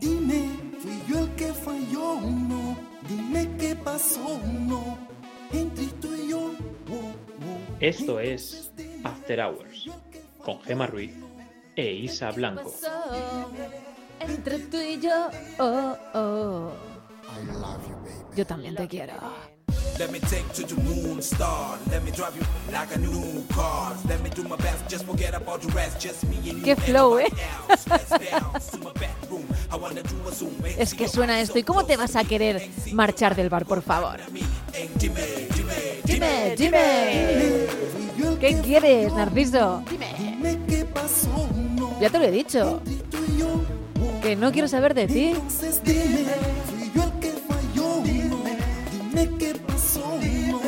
Dime, fui yo el que falló, no. Dime qué pasó, no. Entre tú y yo. oh, oh. Esto es After Hours con Gema Ruiz e Isa Blanco. Pasó entre tú y yo. Oh, oh. Yo también te quiero. Let me take you to the moon, star. Let me drive you like a new car. Let me do my best, just forget about the rest. Just me and you. Qué flow, eh. and nobody else. Let's bounce to my bedroom. I wanna do a zoom. Ain't Es see que your suena body esto. ¿Y so cómo close te vas a to me. querer Ain't see marchar del bar, por favor? me. Ain't dime, dime, Dime, dime. Fui yo el ¿Qué que quieres, falló, Narciso? Dime qué pasó, no. Ya te lo he dicho. Entre tú y yo. oh. Que no quiero saber de ti. Entonces dime, fui yo el que falló, no. Dime qué pasó, no.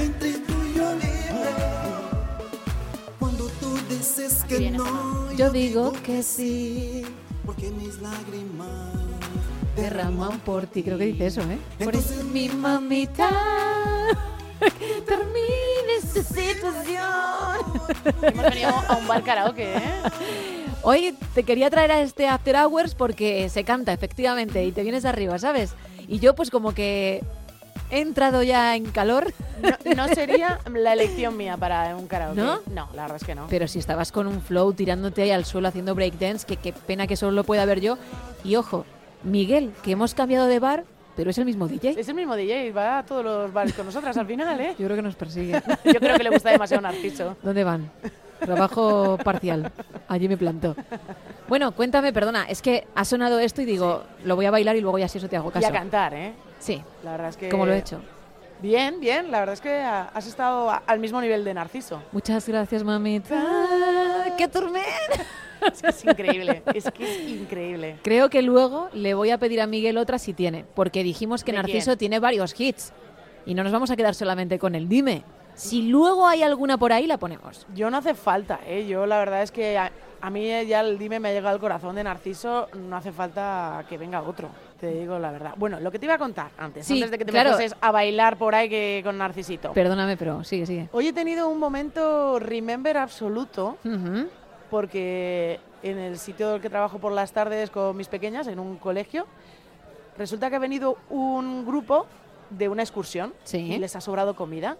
Entre tú y yo. oh, oh. Cuando tú dices que no, Yo digo que sí. porque mis lágrimas Derraman por ti. Creo que dice eso, ¿eh? Por Entonces, eso mi mamita. que Termine esta situación. Hemos venido a un bar karaoke, ¿eh? Hoy te quería traer a este After Hours porque se canta, efectivamente, y te vienes arriba, ¿sabes? Y yo, pues, como que he entrado ya en calor, No, no sería la elección mía para un karaoke. ¿No? la verdad es que no. pero si estabas con un flow tirándote ahí al suelo haciendo breakdance, que qué pena que solo lo pueda ver yo. Y ojo, Miguel, que hemos cambiado de bar, pero es el mismo DJ. Es el mismo DJ, va a todos los bares con nosotras al final, ¿eh? Yo creo que nos persigue. Yo creo que le gusta demasiado Narciso. ¿Dónde van? Trabajo parcial. Allí me planto. Bueno, cuéntame, perdona, es que ha sonado esto y digo, lo voy a bailar y luego ya si eso te hago Y caso. a cantar, ¿eh? Sí, La verdad es que... como lo he hecho. Bien, bien. La verdad es que ah, has estado a- al mismo nivel de Narciso. Muchas gracias, Ah, mamita. ¡Qué tormenta! Es que es increíble. Es que es increíble. Creo que luego le voy a pedir a Miguel otra si tiene, porque dijimos que ¿De Narciso quién? tiene varios hits y no nos vamos a quedar solamente con el Dime. Si luego hay alguna por ahí, la ponemos. Yo no hace falta, ¿eh? Yo la verdad es que a, a mí ya el dime me ha llegado al corazón de Narciso, no hace falta que venga otro, te digo la verdad. Bueno, lo que te iba a contar antes, Sí, antes de que te claro. me fueses a bailar por ahí que, con Narcisito. Perdóname, pero sigue, sigue. Hoy he tenido un momento remember absoluto Ujú. porque en el sitio del que trabajo por las tardes con mis pequeñas, en un colegio, resulta que ha venido un grupo de una excursión Sí. y les ha sobrado comida.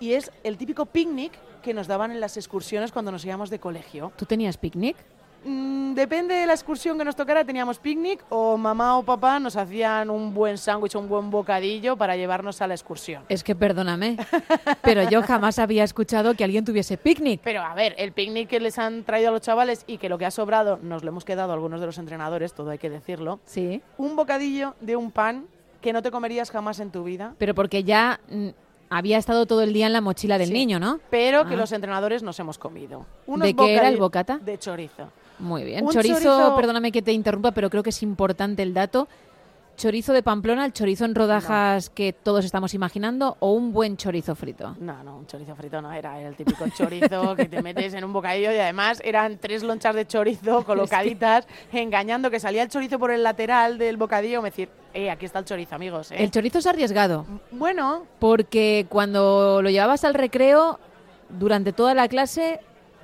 Y es el típico picnic que nos daban en las excursiones cuando nos íbamos de colegio. ¿Tú tenías picnic? Mm, depende de la excursión que nos tocara, teníamos picnic o mamá o papá nos hacían un buen sándwich o un buen bocadillo para llevarnos a la excursión. Es que perdóname, pero yo jamás había escuchado que alguien tuviese picnic. Pero a ver, el picnic que les han traído a los chavales y que lo que ha sobrado nos lo hemos quedado a algunos de los entrenadores, todo hay que decirlo. Sí, Un bocadillo de un pan que no te comerías jamás en tu vida, pero porque ya mm, había estado todo el día en la mochila del Sí. niño, ¿no? pero que Ah. los entrenadores nos hemos comido. ¿De qué era el bocadillos- bocata? De chorizo. Muy bien. Un Chorizo, chorizo- perdóname que te interrumpa, pero creo que es importante el dato. Chorizo de Pamplona, el chorizo en rodajas que todos estamos imaginando, o un buen chorizo frito. No, no, un chorizo frito no era, era el típico chorizo que te metes en un bocadillo y además eran tres lonchas de chorizo colocaditas, engañando que salía el chorizo por el lateral del bocadillo, me decir, eh, aquí está el chorizo, amigos. eh". El chorizo es arriesgado, bueno, porque cuando lo llevabas al recreo, durante toda la clase,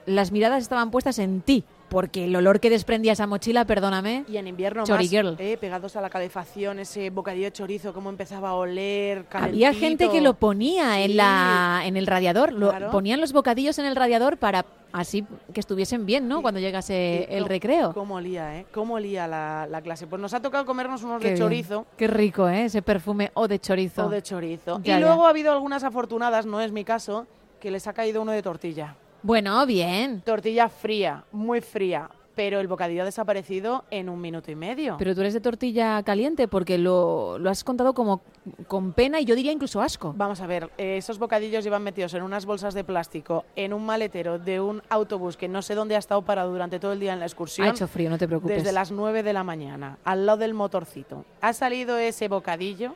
las miradas estaban puestas en ti, porque el olor que desprendía esa mochila, perdóname, y en invierno Chori más, girl. eh, pegados a la calefacción, ese bocadillo de chorizo, cómo empezaba a oler, había gente que lo ponía. ponía en, Sí. la, en el radiador, lo- Claro. ponían los bocadillos en el radiador para así que estuviesen bien, ¿no? Cuando llegase el recreo. Cómo olía, ¿eh? Cómo olía la, la clase. Pues nos ha tocado comernos unos Qué de bien. chorizo. Qué rico, ¿eh? Ese perfume o de chorizo. O de chorizo. Ya, ya. y luego ha habido algunas afortunadas, no es mi caso, que les ha caído uno de tortilla. Bueno, bien. Tortilla fría, muy fría, pero el bocadillo ha desaparecido en un minuto y medio. Pero tú eres de tortilla caliente porque lo, lo has contado como con pena y yo diría incluso asco. Vamos a ver, eh, esos bocadillos iban metidos en unas bolsas de plástico, en un maletero de un autobús que no sé dónde ha estado parado durante todo el día en la excursión. Ha hecho frío, no te preocupes. desde las 9 de la mañana, al lado del motorcito. Ha salido ese bocadillo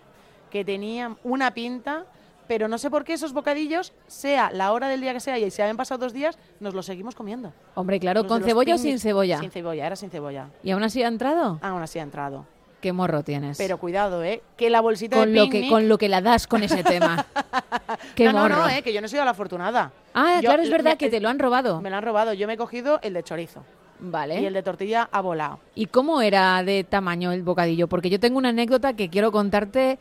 que tenía una pinta, pero no sé por qué esos bocadillos, sea la hora del día que sea y se hayan pasado dos días, nos los seguimos comiendo. Hombre, claro, Los ¿con de los cebolla o picnic. sin cebolla? Sin cebolla, era sin cebolla. ¿Y aún así ha entrado? Aún así ha entrado. Qué morro tienes. Pero cuidado, ¿eh? Que la bolsita con de lo, picnic... que, con lo que la das con ese tema. Qué no, no, morro. no, ¿eh? Que yo no he sido la afortunada. Ah, Yo- claro, es verdad me- que te lo han robado. Me lo han robado. Yo me he cogido el de chorizo. Vale. Y el de tortilla ha volado. ¿Y cómo era de tamaño el bocadillo? Porque yo tengo una anécdota que quiero contarte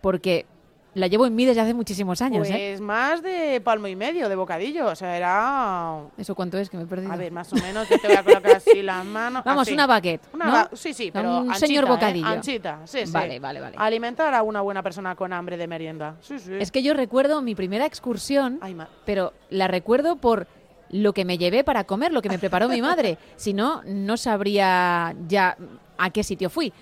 porque la llevo en mí desde hace muchísimos años, Pues ¿eh? más de palmo y medio de bocadillo. O sea, era. ¿Eso cuánto es que me he perdido? Pues, A ver, más o menos, yo te voy a colocar así las manos. Vamos, así. una baguette, Una ¿no? ba- Sí, sí, pero. Un anchita, señor ¿eh? bocadillo. Anchita, sí, sí. Vale, vale, vale. Alimentar a una buena persona con hambre de merienda. Sí, sí. Es que yo recuerdo mi primera excursión, Ay, ma- pero la recuerdo por lo que me llevé para comer, lo que me preparó mi madre. Si no, no sabría ya a qué sitio fui.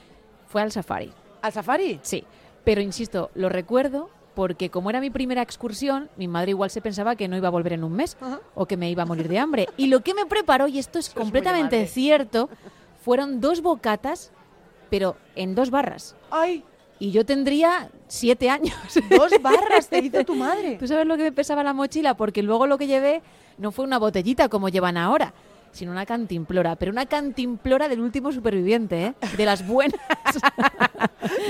Fue al safari. ¿Al safari? Sí, pero insisto, lo recuerdo porque como era mi primera excursión, mi madre igual se pensaba que no iba a volver en un mes Ajá. o que me iba a morir de hambre. Y lo que me preparó, y esto es muy de completamente madre. cierto, fueron dos bocatas, pero en dos barras. ¡Ay! Y yo tendría siete años. Dos barras te hizo tu madre. ¿Tú sabes lo que me pesaba la mochila? Porque luego lo que llevé no fue una botellita como llevan ahora, sino una cantimplora. Pero una cantimplora del último superviviente, ¿eh? De las buenas.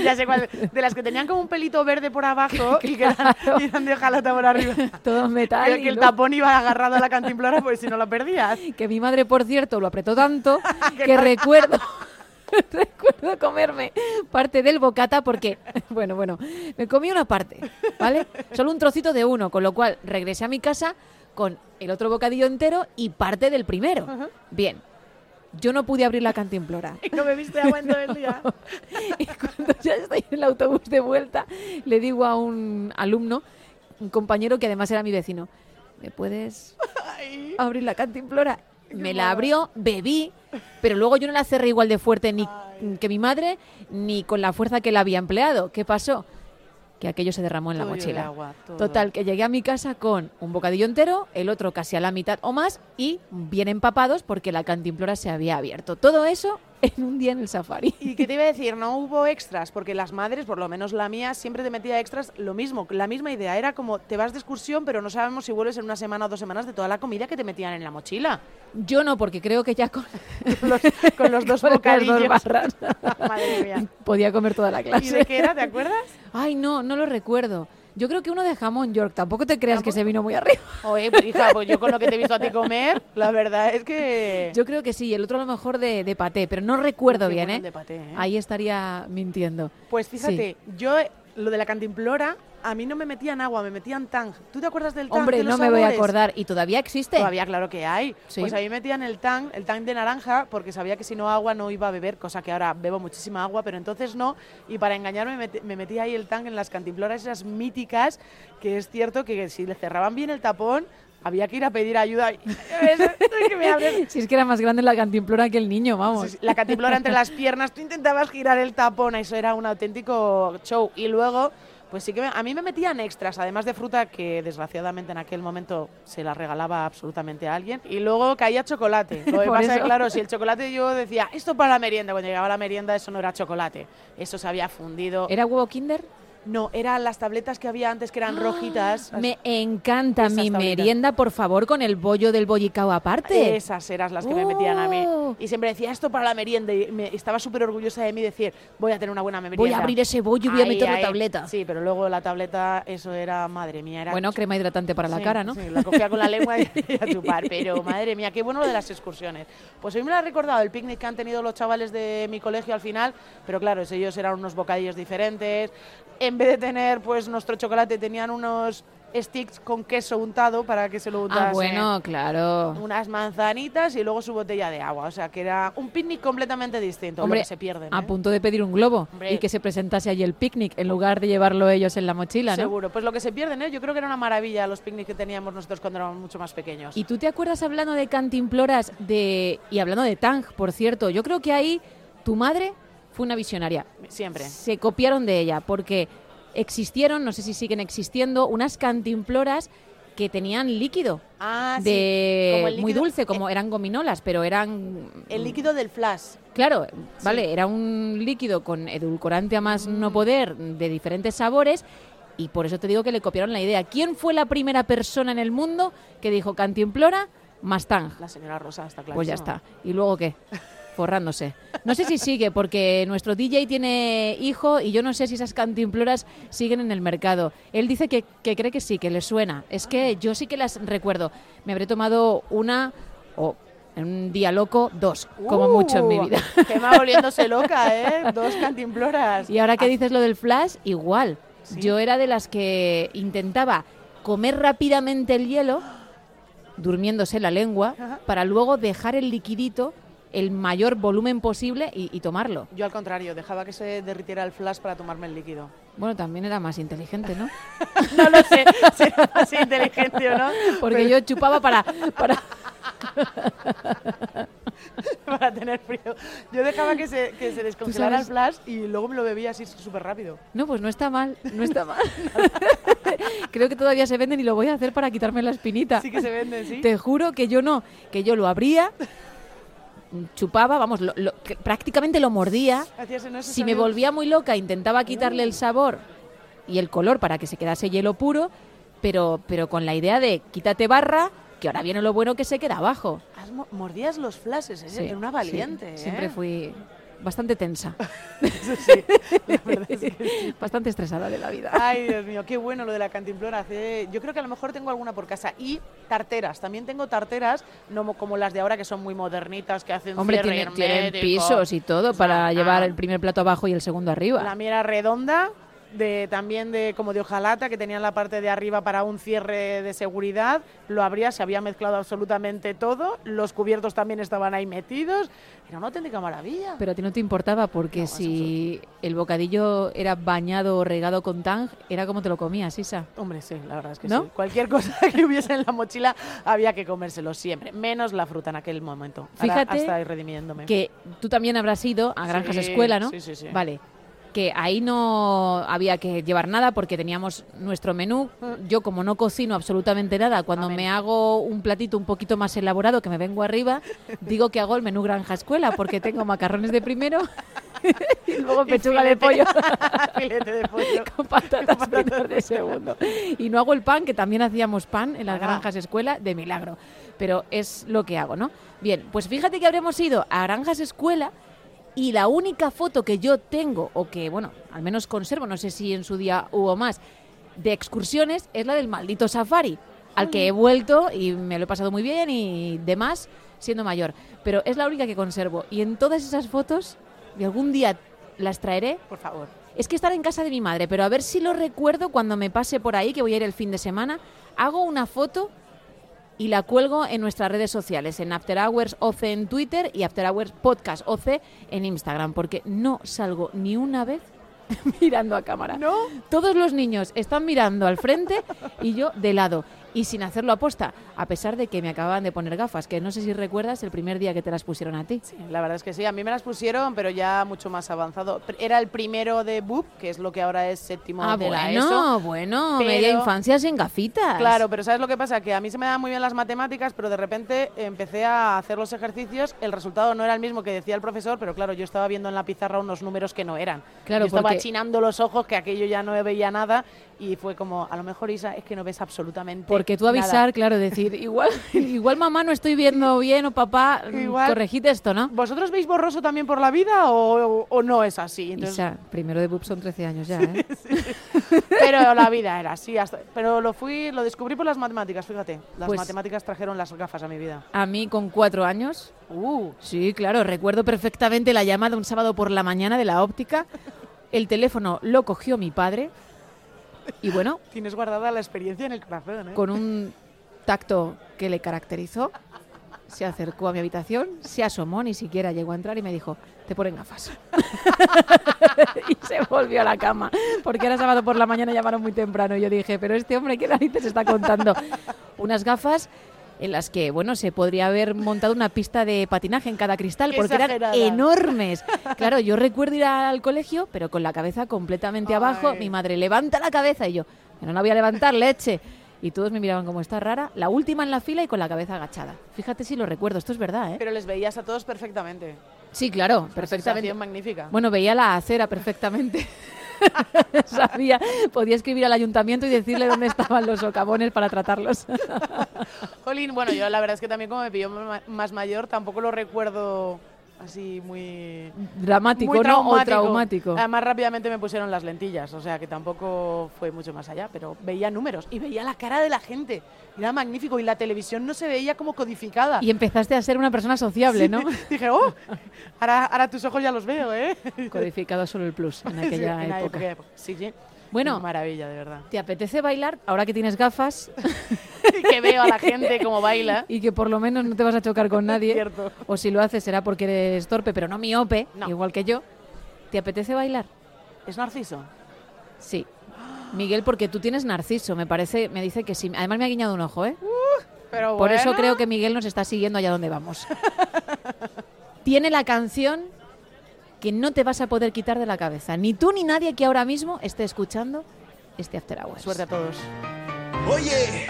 Ya sé cuál. De las que tenían como un pelito verde por abajo y que eran, y eran de jalata por arriba. Todo metal. Pero y que el luego- tapón iba agarrado a la cantimplora porque si no la perdías. que mi madre, por cierto, lo apretó tanto que recuerdo recuerdo comerme parte del bocata porque, bueno, bueno, me comí una parte, ¿vale? Solo un trocito de uno, con lo cual regresé a mi casa con el otro bocadillo entero y parte del primero. Bien, yo no pude abrir la cantimplora. Y no bebiste agua en todo el día. Y cuando ya estoy en el autobús de vuelta, le digo a un alumno, un compañero que además era mi vecino, ¿me puedes Ay. abrir la cantimplora. Me la abrió, bebí, pero luego yo no la cerré igual de fuerte ni que mi madre, ni con la fuerza que la había empleado. ¿Qué pasó? Que aquello se derramó en la Todo el mochila. agua, todo. Total, que llegué a mi casa con un bocadillo entero, el otro casi a la mitad o más, y bien empapados porque la cantimplora se había abierto. Todo eso en un día en el safari. ¿Y qué te iba a decir? No hubo extras, porque las madres, por lo menos la mía, siempre te metía extras lo mismo, la misma idea. Era como, te vas de excursión, pero no sabemos si vuelves en una semana o dos semanas de toda la comida que te metían en la mochila. Yo no, porque creo que ya con, Con los, con los dos con las dos bocadillos. barras Madre mía. podía comer toda la clase. ¿Y de qué era? ¿Te acuerdas? Ay, no, no lo recuerdo. Yo creo que uno de jamón York. Tampoco te creas que se vino muy arriba. Oye, pues, hija, pues yo con lo que te he visto a ti comer, la verdad es que... Yo creo que sí, el otro a lo mejor de, de paté, pero no recuerdo Qué bien, bueno ¿eh? el de paté, ¿eh? Ahí estaría mintiendo. Pues Sí. fíjate, yo eh, lo de la cantimplora, a mí no me metían agua, me metían tang. ¿Tú te acuerdas del tang? Hombre, de los no me voy a sabores? acordar. ¿Y todavía existe? Todavía, claro que hay. Sí. Pues ahí metían el tang, el tang de naranja, porque sabía que si no agua no iba a beber, cosa que ahora bebo muchísima agua, pero entonces no. Y para engañarme met- me metí ahí el tang en las cantimploras esas míticas, que es cierto que si le cerraban bien el tapón, había que ir a pedir ayuda. Que me abren. Si es que era más grande la cantimplora que el niño, vamos. Sí, sí, La cantimplora entre las piernas, tú intentabas girar el tapón, eso era un auténtico show. Y luego, pues sí que me- a mí me metían extras, además de fruta que desgraciadamente en aquel momento se la regalaba absolutamente a alguien. Y luego caía chocolate. Lo que Por pasa es que, eso. claro, si el chocolate yo decía, esto para la merienda, cuando llegaba la merienda eso no era chocolate, eso se había fundido. ¿Era huevo kinder? No, eran las tabletas que había antes que eran rojitas. ¡Ah! Me encanta Esas mi tablitas. Ah, merienda, por favor, con el bollo del bollicao aparte. Esas eran las que me metían a mí. Oh. Y siempre decía esto para la merienda. Y me- estaba súper orgullosa de mí decir, voy a tener una buena merienda. Voy a abrir ese bollo y voy a Ahí, meter la ahí. tableta. Sí, pero luego la tableta, eso era, madre mía, era... Bueno, crema hidratante para la Sí, cara, ¿no? Ah, Sí, la cogía con la lengua y y a chupar. Pero madre mía, qué bueno lo de las excursiones. Pues hoy me lo ha recordado el picnic que han tenido los chavales de mi colegio al final. Pero claro, ellos eran unos bocadillos diferentes. En vez de tener pues nuestro chocolate, tenían unos sticks con queso untado para que se lo untase Ah, eh. bueno, claro. unas manzanitas y luego su botella de agua. O sea, que era un picnic completamente distinto. lo que se pierden. a ¿eh? punto de pedir un globo Hombre. y que se presentase allí el picnic en lugar de llevarlo ellos en la mochila, ¿no? Seguro. Pues lo que se pierden, ¿eh? yo creo que era una maravilla los picnics que teníamos nosotros cuando éramos mucho más pequeños. ¿Y tú te acuerdas hablando de cantimploras de y hablando de Tang, por cierto? Yo creo que ahí tu madre fue una visionaria. Siempre. Se copiaron de ella porque existieron, no sé si siguen existiendo, unas cantimploras que tenían líquido Ah, sí. de Como el muy líquido- dulce, como eh, eran gominolas, pero eran El líquido del flash. Claro, vale, era un líquido con edulcorante a más Mm. no poder de diferentes sabores y por eso te digo que le copiaron la idea. ¿Quién fue la primera persona en el mundo que dijo cantimplora más tang? La señora Rosa, está claro. Pues ya está. ¿Y luego qué? Forrándose. No sé si sigue, porque nuestro DJ tiene hijo y yo no sé si esas cantimploras siguen en el mercado. Él dice que, que cree que sí, que le suena. Es que yo sí que las recuerdo. Me habré tomado una o En un día loco, dos, Uh. como mucho en mi vida. Que va volviéndose loca, ¿eh? Dos cantimploras. Y ahora que dices lo del flash, igual. Yo era de las que intentaba comer rápidamente el hielo, durmiéndose la lengua, Ajá. para luego dejar el liquidito el mayor volumen posible y, y tomarlo. Yo al contrario, dejaba que se derritiera el flash para tomarme el líquido. Bueno, también era más inteligente, ¿no? No lo sé si era más inteligente o no, Porque yo chupaba para, para... para tener frío. Yo dejaba que se, que se descongelara el flash y luego me lo bebía así súper rápido. No, pues no está mal, no está mal. Creo que todavía se venden y lo voy a hacer para quitarme la espinita. Sí que se venden, ¿sí? Te juro que yo no, que yo lo abría, chupaba, vamos, lo- lo- que prácticamente lo mordía. Hacías en ese Si me sonido. volvía muy loca, intentaba quitarle el sabor y el color para que se quedase hielo puro, pero, pero con la idea de quítate barra, que ahora viene lo bueno que se queda abajo. Has mo- Mordías los flashes, eres Sí, una sí, valiente. ¿eh? Siempre fui bastante tensa, Eso sí, la verdad es que sí. Ah, bastante estresada de la vida. Ay, Dios mío, qué bueno lo de la cantimplora. hace- Yo creo que a lo mejor tengo alguna por casa. Y tarteras, también tengo tarteras, no mo- como las de ahora que son muy modernitas, que hacen Hombre, cierre tiene, tienen hermético. pisos y todo para Ah. llevar el primer plato abajo y el segundo arriba. La mía era redonda, de, también de como de hojalata, que tenían la parte de arriba para un cierre de seguridad. Lo abría, se había mezclado absolutamente todo. Los cubiertos también estaban ahí metidos. Era una auténtica maravilla. Pero a ti no te importaba porque si el bocadillo era bañado o regado con tang, era como te lo comías, Isa. Hombre, sí, la verdad es que ¿No? sí. Cualquier cosa que hubiese en la mochila había que comérselo siempre, menos la fruta en aquel momento. Ahora Fíjate hasta ir redimiéndome. Que tú también habrás ido a Granjas Sí, Escuela, ¿no? sí, sí, sí. Vale. Que ahí no había que llevar nada porque teníamos nuestro menú. Yo, como no cocino absolutamente nada, cuando Mm. Amén. me hago un platito un poquito más elaborado que me vengo arriba, digo que hago el menú Granja Escuela porque tengo macarrones de primero y luego Y pechuga de pollo. filete- filete de pollo. con patatas Con patatas fritas de fritas. segundo. Y no hago el pan, que también hacíamos pan en las Ah. granjas escuela de milagro. Pero es lo que hago, ¿no? Bien, pues fíjate que habremos ido a granjas escuela y la única foto que yo tengo, o que, bueno, al menos conservo, no sé si en su día hubo más, de excursiones es la del maldito safari, al que he vuelto y me lo he pasado muy bien y demás siendo mayor. Pero es la única que conservo. Y en todas esas fotos, y algún día las traeré, Por favor. es que estar en casa de mi madre, pero a ver si lo recuerdo cuando me pase por ahí, que voy a ir el fin de semana. Hago una foto y la cuelgo en nuestras redes sociales, en After Hours OC en Twitter y After Hours Podcast OC en Instagram, porque no salgo ni una vez mirando a cámara. ¿No? Todos los niños están mirando al frente y yo de lado. Y sin hacerlo aposta, a pesar de que me acababan de poner gafas, que no sé si recuerdas el primer día que te las pusieron a ti. Sí, la verdad es que sí. A mí me las pusieron, pero ya mucho más avanzado. Pr- Era el primero de BUP, que es lo que ahora es séptimo Ah, de bueno, la ESO. bueno, pero- media infancia sin gafitas. Claro, pero ¿sabes lo que pasa? Que a mí se me daban muy bien las matemáticas, pero de repente empecé a hacer los ejercicios. El resultado no era el mismo que decía el profesor, pero claro, yo estaba viendo en la pizarra unos números que no eran. Claro, yo estaba porque- chinando los ojos, que aquello ya no veía nada, y fue como, a lo mejor Isa, es que no ves absolutamente Porque tú nada. avisar, claro, decir, igual, igual mamá no estoy viendo bien o papá, mm, Igual. corregid esto, ¿no? ¿Vosotros veis borroso también por la vida o, o- o no es así? Entonces, Isa, primero de bub son 13 años ya, ¿eh? pero la vida era así. hasta- pero lo fui, lo descubrí por las matemáticas, fíjate. Las Pues- matemáticas trajeron las gafas a mi vida. A mí con 4 años, Uh, sí, claro, recuerdo perfectamente la llamada un sábado por la mañana de la óptica. El teléfono lo cogió mi padre y bueno, tienes guardada la experiencia en el corazón, ¿eh? con un tacto que le caracterizó, se acercó a mi habitación, se asomó, ni siquiera llegó a entrar y me dijo, te ponen gafas. y se volvió a la cama, porque era sábado por la mañana, llamaron muy temprano y yo dije, pero este hombre, ¿qué narices está contando? Unas gafas en las que, bueno, se podría haber montado una pista de patinaje en cada cristal, Qué porque eran exageradas. enormes. Claro, yo recuerdo ir al colegio, pero con la cabeza completamente abajo, Ay. mi madre levanta la cabeza y yo, no la voy a levantar, leche. Y todos me miraban como está rara, la última en la fila y con la cabeza agachada. Fíjate si lo recuerdo, esto es verdad, ¿eh? Pero les veías a todos perfectamente. sí, claro, Una perfectamente. sensación magnífica. Bueno, veía la acera perfectamente. Sabía, podía escribir al ayuntamiento y decirle dónde estaban los socavones para tratarlos. Jolín, bueno, yo la verdad es que también como me pilló ma- más mayor, tampoco lo recuerdo así muy... Dramático, muy ¿no? traumático. O traumático. Además rápidamente me pusieron las lentillas, o sea que tampoco fue mucho más allá, pero veía números y veía la cara de la gente. Era magnífico y la televisión no se veía como codificada. Y empezaste a ser una persona sociable, ¿no? Dije, oh, ahora, ahora tus ojos ya los veo, ¿eh? Codificado solo el plus en Sí, aquella en la época. época. Sí, sí. Bueno. Qué Maravilla, de verdad. ¿Te apetece bailar ahora que tienes gafas que veo a la gente como baila. y que por lo menos no te vas a chocar con nadie? Cierto. o si lo haces será porque eres torpe, pero no miope, No. igual que yo. ¿Te apetece bailar? ¿Es Narciso? Sí. Miguel, porque tú tienes narciso, me parece, me dice que sí. Además me ha guiñado un ojo, ¿eh? Pero Por eso bueno. creo que Miguel nos está siguiendo allá donde vamos. Tiene la canción que no te vas a poder quitar de la cabeza. Ni tú ni nadie que ahora mismo esté escuchando este After Hours. Suerte a todos. Oye,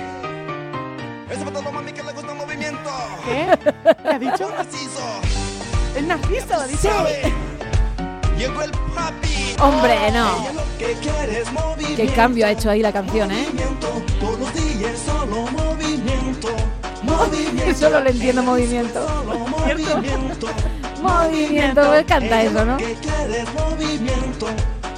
esa para todo mami que le gusta el movimiento. ¿Qué? ¿Qué ha dicho? Narciso, ¿Es narciso? ¿Ha dicho? ¿sabe? Llegó el papi. Hombre, no. Ella lo que quiere es movimiento. Qué cambio ha hecho ahí la canción, ¿eh? Movimiento, todos los días solo movimiento. Movimiento. Solo le entiendo movimiento. Solo movimiento. Movimiento, él canta Ella eso, lo ¿no? que quiere es movimiento.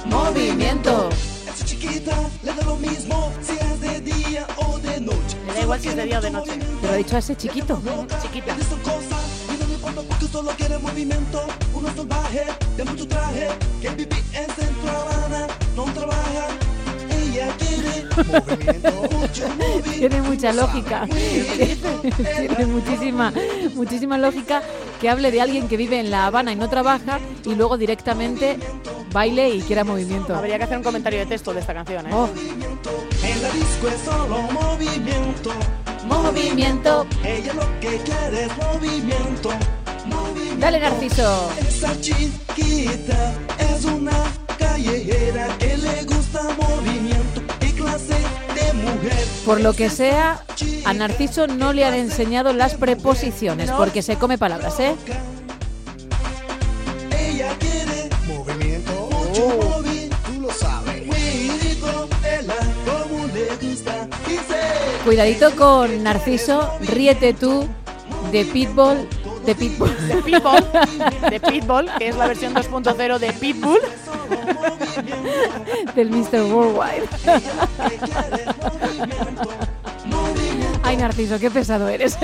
Movimiento. A su chiquita le da lo mismo si es de día o de noche. Me da igual si es de día o de noche. Te lo ha dicho a ese chiquito. Chiquita. Esa cosa, y no me importa porque solo quiere movimiento. Uno salvaje, de mucho traje, que vivir en Centro Habana, no trabaja. Ella quiere movimiento, mucho movimiento. Tiene mucha lógica. Tiene muchísima, muchísima lógica que hable de alguien que vive en La Habana y no trabaja y luego directamente baile y quiera movimiento. Habría que hacer un comentario de texto de esta canción, ¿eh? Oh, En la disco es solo movimiento. movimiento. Ella lo que quiere es movimiento. movimiento. Dale, Narciso. Esa chiquita es una callejera que le gusta movimiento. ¿Qué clase de mujer? Por lo que sea, a Narciso no le han enseñado las preposiciones porque se come palabras, ¿eh? Ella quiere movimiento, mucho Oh. móvil, tú lo sabes. Cuidito, ella como le gusta. Dice, Cuidadito con Narciso, ríete tú de Pitbull, de Pitbull. De Pitbull, de Pitbull, que es la versión 2.0 de Pitbull. del Mr. Worldwide. Ay, Narciso, qué pesado eres.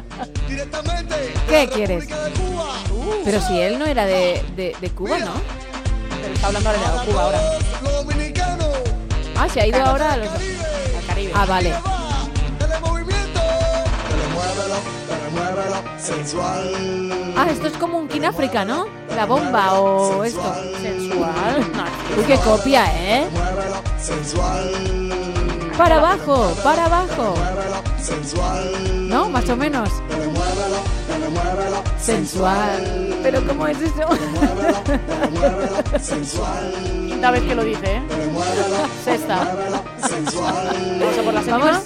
directamente. ¿Qué quieres? Cuba, Pero si él no era de, de- de Cuba, ¿no? Pero está hablando ahora de Cuba, ahora. los dominicanos, Ah, se ha ido ahora a los... Al Caribe. Ah, vale. va, dale movimiento. Dale, muévelo, dale, muévelo, sensual. Ah, esto es como un King África, ¿no? La bomba o esto. Sensual. Uy, qué copia, ¿eh? Muévelo, sensual. Para abajo, para abajo. Muévelo, sensual. ¿No? Más o menos. Dale, muévelo, dale, muévelo, Sensual. Pero ¿cómo es eso? muévelo, dale, muévelo, sensual. Quinta vez que lo dice, ¿eh? Sexta. Eso por la séptima. Vamos.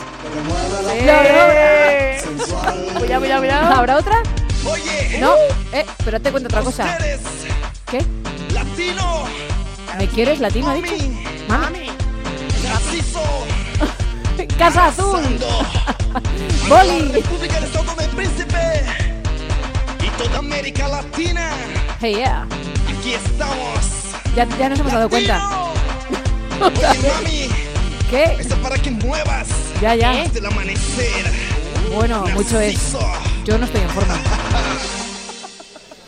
¡Eh! Cuidado, cuidado, cuidado. ¿Habrá otra? Oye, No. Eh, pero te cuento otra cosa. eres ¿Qué? latino, ¿Me quieres latino, ha dicho? Mami. narciso, Casa Azul, ando. La Boli. República del Soto del Príncipe y toda América Latina. Hey, yeah. Aquí estamos. Ya, ya nos hemos dado cuenta. Latino. Oye, mami, ¿Qué? eso para que muevas Ya, ya. hasta el amanecer. Bueno, mucho es. Narciso. Yo no estoy en forma.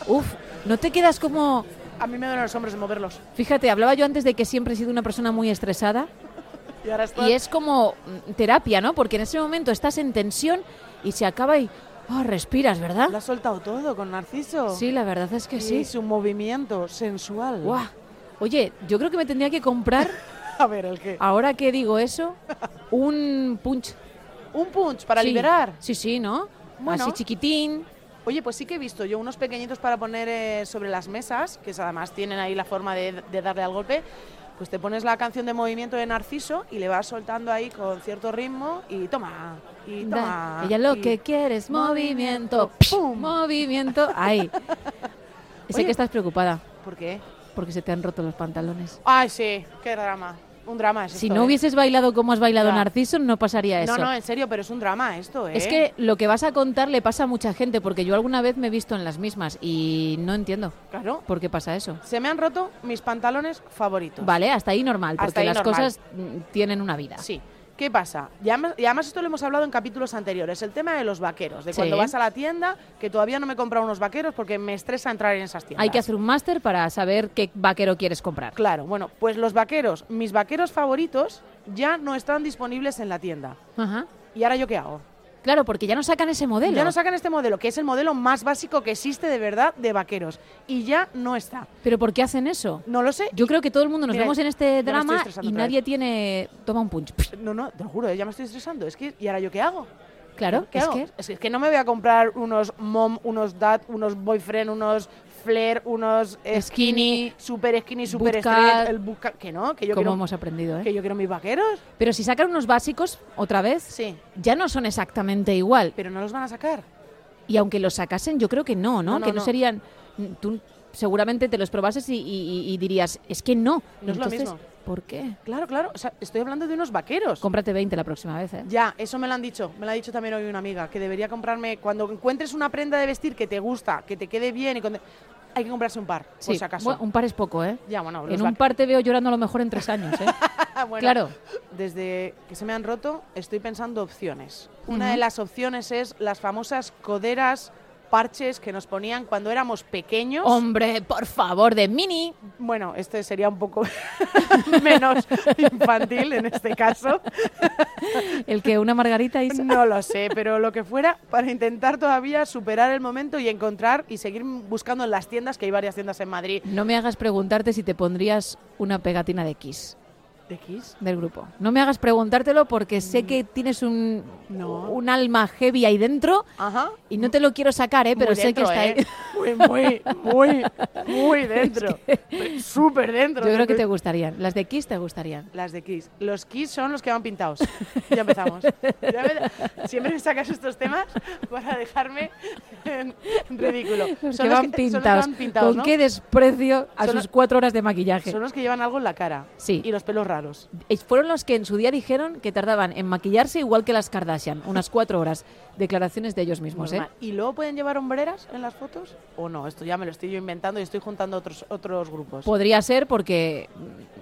Uf, no te quedas como... A mí me duelen los hombros de moverlos. Fíjate, hablaba yo antes de que siempre he sido una persona muy estresada Y ahora está. y es como mm, terapia, ¿no? Porque en ese momento estás en tensión y se acaba y... Oh, respiras, Lo ¿verdad? has soltado todo con Narciso. Sí, la verdad es que sí. Sí, su movimiento sensual. Guau. Oye, yo creo que me tendría que comprar, A ver, el qué. ahora que digo eso, un punch. Un punch para Sí. liberar. Sí, sí, ¿no? Bueno. Así chiquitín. Oye, pues sí que he visto yo unos pequeñitos para poner eh, sobre las mesas, que es- además tienen ahí la forma de, de darle al golpe. Pues te pones la canción de movimiento de Narciso y le vas soltando ahí con cierto ritmo y toma, y toma. Da- Ella lo Ah, y- que quiere es movimiento. ¡Pum! Movimiento. Ay. Sé Oye. que estás preocupada ¿Por qué? porque se te han roto los pantalones. Ay, sí, qué drama. un drama es Si esto, no ¿eh? hubieses bailado como has bailado Ya. Narciso, no pasaría eso. No, ¿eh? no, en serio, pero es un drama esto, ¿eh? Es que lo que vas a contar le pasa a mucha gente, porque yo alguna vez me he visto en las mismas y no entiendo Claro. por qué pasa eso. Se me han roto mis pantalones favoritos. Vale, hasta ahí normal, Hasta porque ahí las normal. cosas mm, tienen una vida. Sí. ¿Qué pasa? Y además, y además esto lo hemos hablado en capítulos anteriores, el tema de los vaqueros, de Sí. cuando vas a la tienda, que todavía no me he comprado unos vaqueros porque me estresa entrar en esas tiendas. Hay que hacer un máster para saber qué vaquero quieres comprar. Claro, bueno, pues los vaqueros, mis vaqueros favoritos, ya no están disponibles en la tienda. Ajá. ¿Y ahora yo qué hago? Claro, porque ya no sacan ese modelo. Ya no sacan este modelo, que es el modelo más básico que existe de verdad de vaqueros. Y ya no está. Pero ¿por qué hacen eso? No lo sé. Yo creo que todo el mundo nos Mira, vemos en ya me este estoy drama estresando y otra vez. nadie tiene... Toma un punch. No, no, te lo juro, ¿eh? ya me estoy estresando. Es que, ¿y ahora yo qué hago? Claro, ¿Qué es hago? que... Es que... es que no me voy a comprar unos mom, unos dad, unos boyfriend, unos flair, unos skinny, Skinny, super skinny, super bootcut. straight, el bootcut- que no, que yo Como quiero hemos aprendido, ¿eh? que yo quiero mis vaqueros. Pero si sacan unos básicos, otra vez, Sí, ya no son exactamente igual. pero no los van a sacar. Y aunque los sacasen, yo creo que no, ¿no? No, no, que no, no. serían... Tú seguramente te los probases y, y- y dirías, es que no. No es lo Entonces, mismo. ¿por qué? Claro, claro, o sea, estoy hablando de unos vaqueros. Cómprate 20 la próxima vez, ¿eh? Ya, eso me lo han dicho. Me lo ha dicho también hoy una amiga, que debería comprarme, cuando encuentres una prenda de vestir que te gusta, que te quede bien, y con- hay que comprarse un par, por si acaso. bueno, un par es poco, ¿eh? ya, bueno, los En un vaque- par te veo llorando a lo mejor en tres años, ¿eh? Bueno, Claro. Desde que se me han roto, estoy pensando opciones. Una Ujú. de las opciones es las famosas coderas, parches que nos ponían cuando éramos pequeños. Hombre, por favor, de mini. Bueno, este sería un poco menos infantil en este caso. El que una margarita hizo. No lo sé, pero lo que fuera, para intentar todavía superar el momento y encontrar y seguir buscando en las tiendas, que hay varias tiendas en Madrid. No me hagas preguntarte si te pondrías una pegatina de Kiss ¿De Kiss? del grupo. No me hagas preguntártelo porque sé que tienes un, No. un alma heavy ahí dentro Ajá. y no te lo quiero sacar, ¿eh? pero Muy sé dentro, que está ¿eh? ahí. Muy, muy, muy, muy dentro. Súper dentro. Yo creo que dentro. te gustarían. Las de Kiss te gustarían. Las de Kiss. Los Kiss son los que van pintados. Ya empezamos. Ya empeza- Siempre me sacas estos temas para dejarme en ridículo. Los Son que van son los pintados. van pintados, Con ¿no? qué desprecio a sus Son los- cuatro horas de maquillaje. Son los que llevan algo en la cara. Sí. Y los pelos raros. Eh, Fueron los que en su día dijeron que tardaban en maquillarse igual que las Kardashian, unas cuatro horas. Declaraciones de ellos mismos, ¿eh? Normal. ¿Y luego pueden llevar hombreras en las fotos? ¿O no? Esto ya me lo estoy yo inventando y estoy juntando otros, otros grupos. Podría ser porque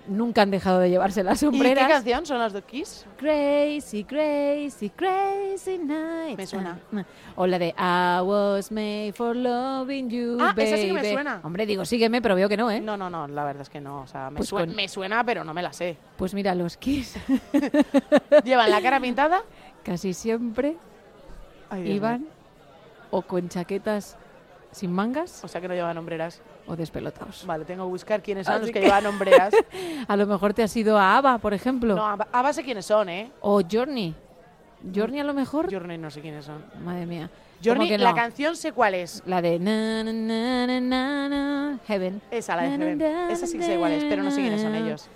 nunca han dejado de llevarse las ¿Y qué sombreras. canción son las de Kiss? Crazy, crazy, crazy night. Me suena. Ah, ah. O la de I was made for loving you, Ah, baby. esa sí que me suena. Hombre, digo, sígueme, pero veo que no, ¿eh? No, no, no, la verdad es que no. O sea, me, Pues sue- con- me suena, pero no me la sé. Pues mira, los Kiss Llevan la cara pintada. casi siempre Ay, Dios mío. iban o con chaquetas sin mangas O sea que no llevan hombreras. o despelotados. Vale, tengo que buscar quiénes son Así los que, que- llevan hombreras. A lo mejor te has ido a ABBA, por ejemplo. No, a, ba- a base quiénes son, ¿eh? O Journey. Journey a lo mejor. Journey no sé quiénes son. Madre mía. Journey, ¿Cómo que la no? canción sé cuál es. La de na, na, na, na, na, na, Heaven. Esa, la de Heaven. Esa sí que sé cuál es, pero no sé quiénes son ellos.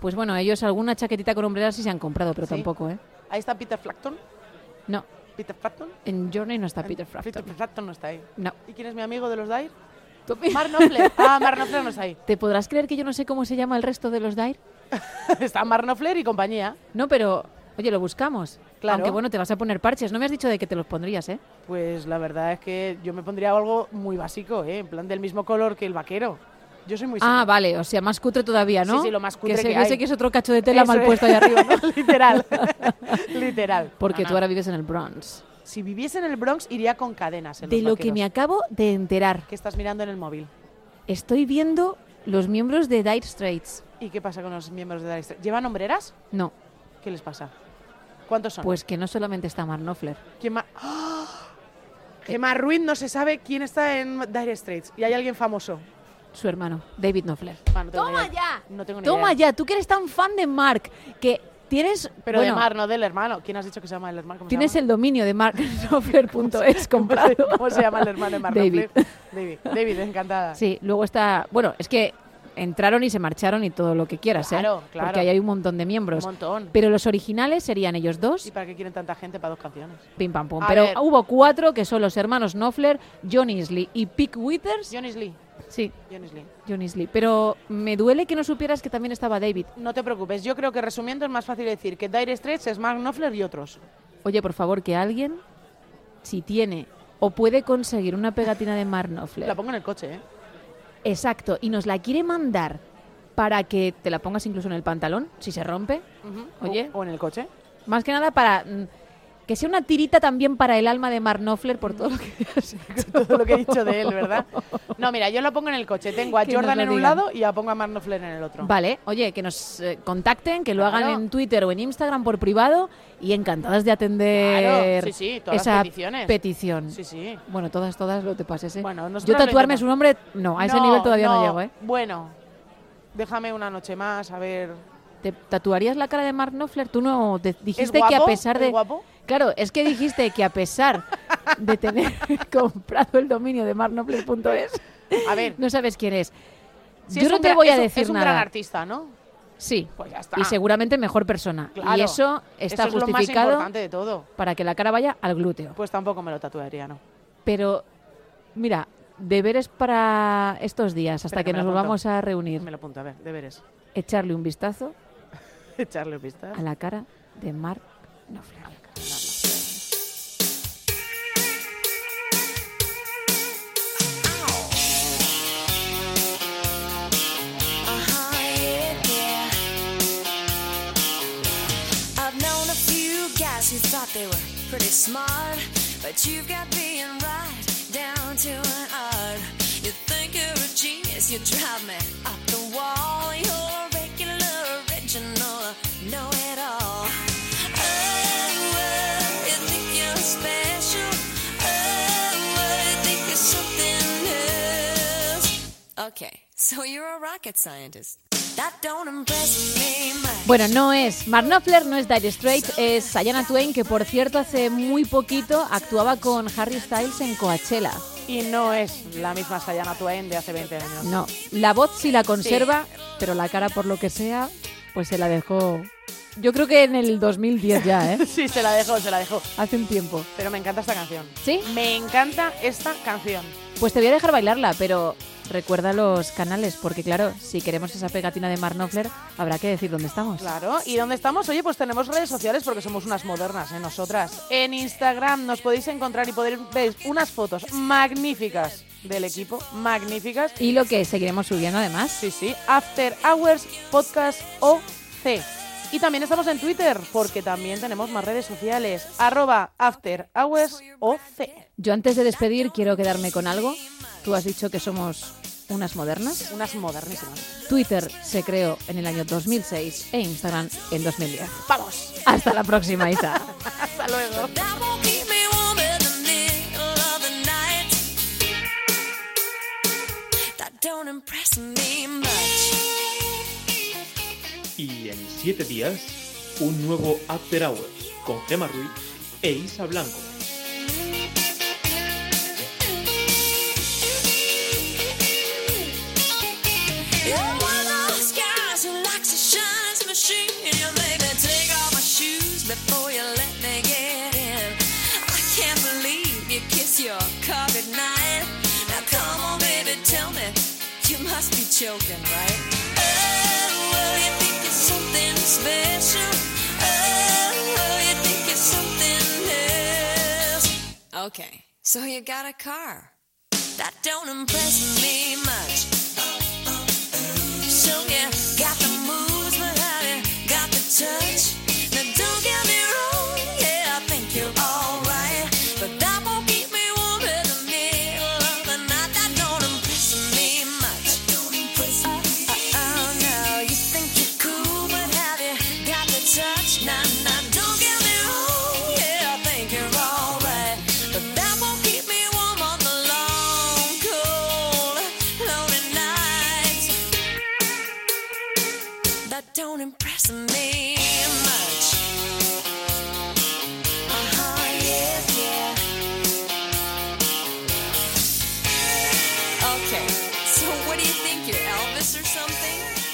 Pues bueno, ellos alguna chaquetita con hombreras sí se han comprado, pero Sí. tampoco, ¿eh? Ahí está Peter Frampton. No, Peter Frampton. en Journey no está Peter Frampton. Peter Frampton no está ahí. No. ¿Y quién es mi amigo de los Dyer? Tú- Mark Knopfler. Ah, Mark Knopfler no está ahí. ¿Te podrás creer que yo no sé cómo se llama el resto de los Dire? Está Mark Knopfler y compañía. No, pero... Oye, lo buscamos. Claro. Aunque bueno, te vas a poner parches. No me has dicho de que te los pondrías, ¿eh? Pues la verdad es que yo me pondría algo muy básico, ¿eh? En plan del mismo color que el vaquero. Yo soy muy ah, simple. vale. O sea, más cutre todavía, ¿no? Pues Sí, sí, lo más que cutre se que viese hay. que es otro cacho de tela Eso mal es. puesto ahí arriba. ¿no? Literal. Literal. Porque No, tú no. ahora vives en el Bronx. Si viviese en el Bronx, iría con cadenas. En De los lo que vaqueros. me acabo de enterar, ¿Qué estás mirando en el móvil? estoy viendo los miembros de Dire Straits. ¿Y qué pasa con los miembros de Dire Straits? ¿Llevan hombreras? No, ¿Qué les pasa? ¿Cuántos son? pues que no solamente está Mark Knopfler. ¿Quién más? ¡Ah! Eh. Gemma Ruiz no se sabe quién está en Dire Straits. Y hay alguien famoso. Su hermano, David Knopfler. Ah, no tengo ni ¡Toma idea. ya! No tengo ni ¡Toma idea. ya! Tú que eres tan fan de Mark, que tienes... Pero bueno, de Mar, no del hermano. ¿ Quién has dicho que se llama el hermano? ¿Cómo se Tienes llama? el dominio de markknopfler.es comprado. ¿Cómo se llama el hermano de Mar? David. Knopfler? David. David, encantada. Sí, luego está... Bueno, es que entraron y se marcharon y todo lo que quieras, ¿eh? Claro, claro. Porque ahí hay un montón de Un miembros. montón. Pero los originales serían ellos dos, ¿Y para qué quieren tanta gente para dos canciones? pim pam pum. A Pero ver. hubo cuatro que son los hermanos Knopfler, John Isley y Pick Withers. Johnny Lee. Sí, Johnny Lee. John Isley. Pero me duele que no supieras que también estaba David. No te preocupes, yo creo que resumiendo es más fácil decir que Dire Straits es Mark Knopfler y otros. Oye, por favor, que alguien, si tiene o puede conseguir una pegatina de Mark Knopfler, La pongo en el coche, ¿eh? exacto, y nos la quiere mandar para que te la pongas incluso en el pantalón, si se rompe, Ujú. Oye. O, o en el coche. Más que nada para mm, que sea una tirita también para el alma de Mark Knopfler por todo lo que has hecho. Todo lo que he dicho de él, ¿verdad? No, mira, yo la pongo en el coche. Tengo a Que nos Jordan lo en un digan. lado y la pongo a Mark Knopfler en el otro. Vale, oye, que nos eh, contacten, que lo hagan Claro. en Twitter o en Instagram por privado y encantadas de atender Claro, sí, sí, todas las esa peticiones. petición. Sí, sí. Bueno, todas, todas, lo te pases, ¿eh? Bueno, Yo nosotras lo tatuarme intentamos. su nombre, no, a ese No, nivel todavía no, llego, ¿eh? Bueno, déjame una noche más, a ver. ¿Te tatuarías la cara de Mark Knopfler? Tú no, te- ¿Es dijiste guapo? que a pesar ¿Es de... guapo? Claro, es que dijiste que a pesar de tener comprado el dominio de marknopfler.es, A ver. no sabes quién es. si Yo es no un te gran- voy es a un- decir Es un nada. gran artista, ¿no? Sí. Pues ya está. Y seguramente mejor persona. Y Claro. eso está Eso Es lo más justificado importante de todo. para que la cara vaya al glúteo. Pues tampoco me lo tatuaría, ¿no? Pero, mira, deberes para estos días, hasta Espera, que me la nos apunto. volvamos a reunir, Me lo apunto, a ver, deberes. echarle un vistazo Echarle pistas. a la cara de Mark Knopfler. I've known a few guys who thought they were pretty smart, but you've got being right down to an art. You think you're a genius, you drive me up the wall. You're a regular, original, know it all. Oh, oh, you think you're special. Oh, oh, you think you're something else. Okay, so you're a rocket scientist. That don't impress me much. Bueno, no es Mark Knopfler, no es Dire Straits, es Sayana Twain, que por cierto hace muy poquito actuaba con Harry Styles en Coachella. Y no es la misma Sayana Twain de hace 20 años. No, la voz sí la conserva, pero la cara por lo que sea, pues se la dejó. Yo creo que en el 2010 ya, ¿eh? Sí, se la dejo, se la dejo. Hace un tiempo. Pero me encanta esta canción. ¿Sí? Me encanta esta canción. Pues te voy a dejar bailarla, pero recuerda los canales, porque claro, si queremos esa pegatina de Mark Knopfler, habrá que decir dónde estamos. Claro. ¿Y dónde estamos? Oye, pues tenemos redes sociales porque somos unas modernas, ¿eh? Nosotras. En Instagram nos podéis encontrar y podréis ver unas fotos magníficas del equipo. Magníficas. Y lo que seguiremos subiendo además. Sí, sí. After Hours Podcast OC. Y también estamos en Twitter, porque también tenemos más redes sociales. Arroba After Hours OC. Yo antes de despedir quiero quedarme con algo. Tú has dicho que somos unas modernas. Unas modernísimas. Twitter se creó en el año 2006 e Instagram en 2010. ¡Vamos! Hasta la próxima, Isa. ¡Hasta luego! That won't keep me warm in the middle of the night. That don't impress me much. Y en siete días, un nuevo After Hours con Gemma Ruiz e Isa Blanco. You're one of those guys who likes to shine as a machine. You make me take off my shoes before you let me get in. I can't believe you kiss your car goodnight. Now come on, baby, tell me you must be joking, right? Oh, oh, you think it's something special. Oh, oh, you think it's something else. Okay, so you got a car. That don't impress me much. So you got the moves, but honey, got the touch. Now don't get me wrong, yeah, I think you're alright. But that won't keep me warm in the middle of the night. That don't impress me much. Oh, oh, oh, no, you think you're cool, but have you got the touch? Now, now, don't get me wrong, yeah, I think you're alright. But that won't keep me warm on the long, cold, lonely nights that don't impress me much. Uh-huh, yeah, yeah. Okay, So what do you think? You're Elvis or something?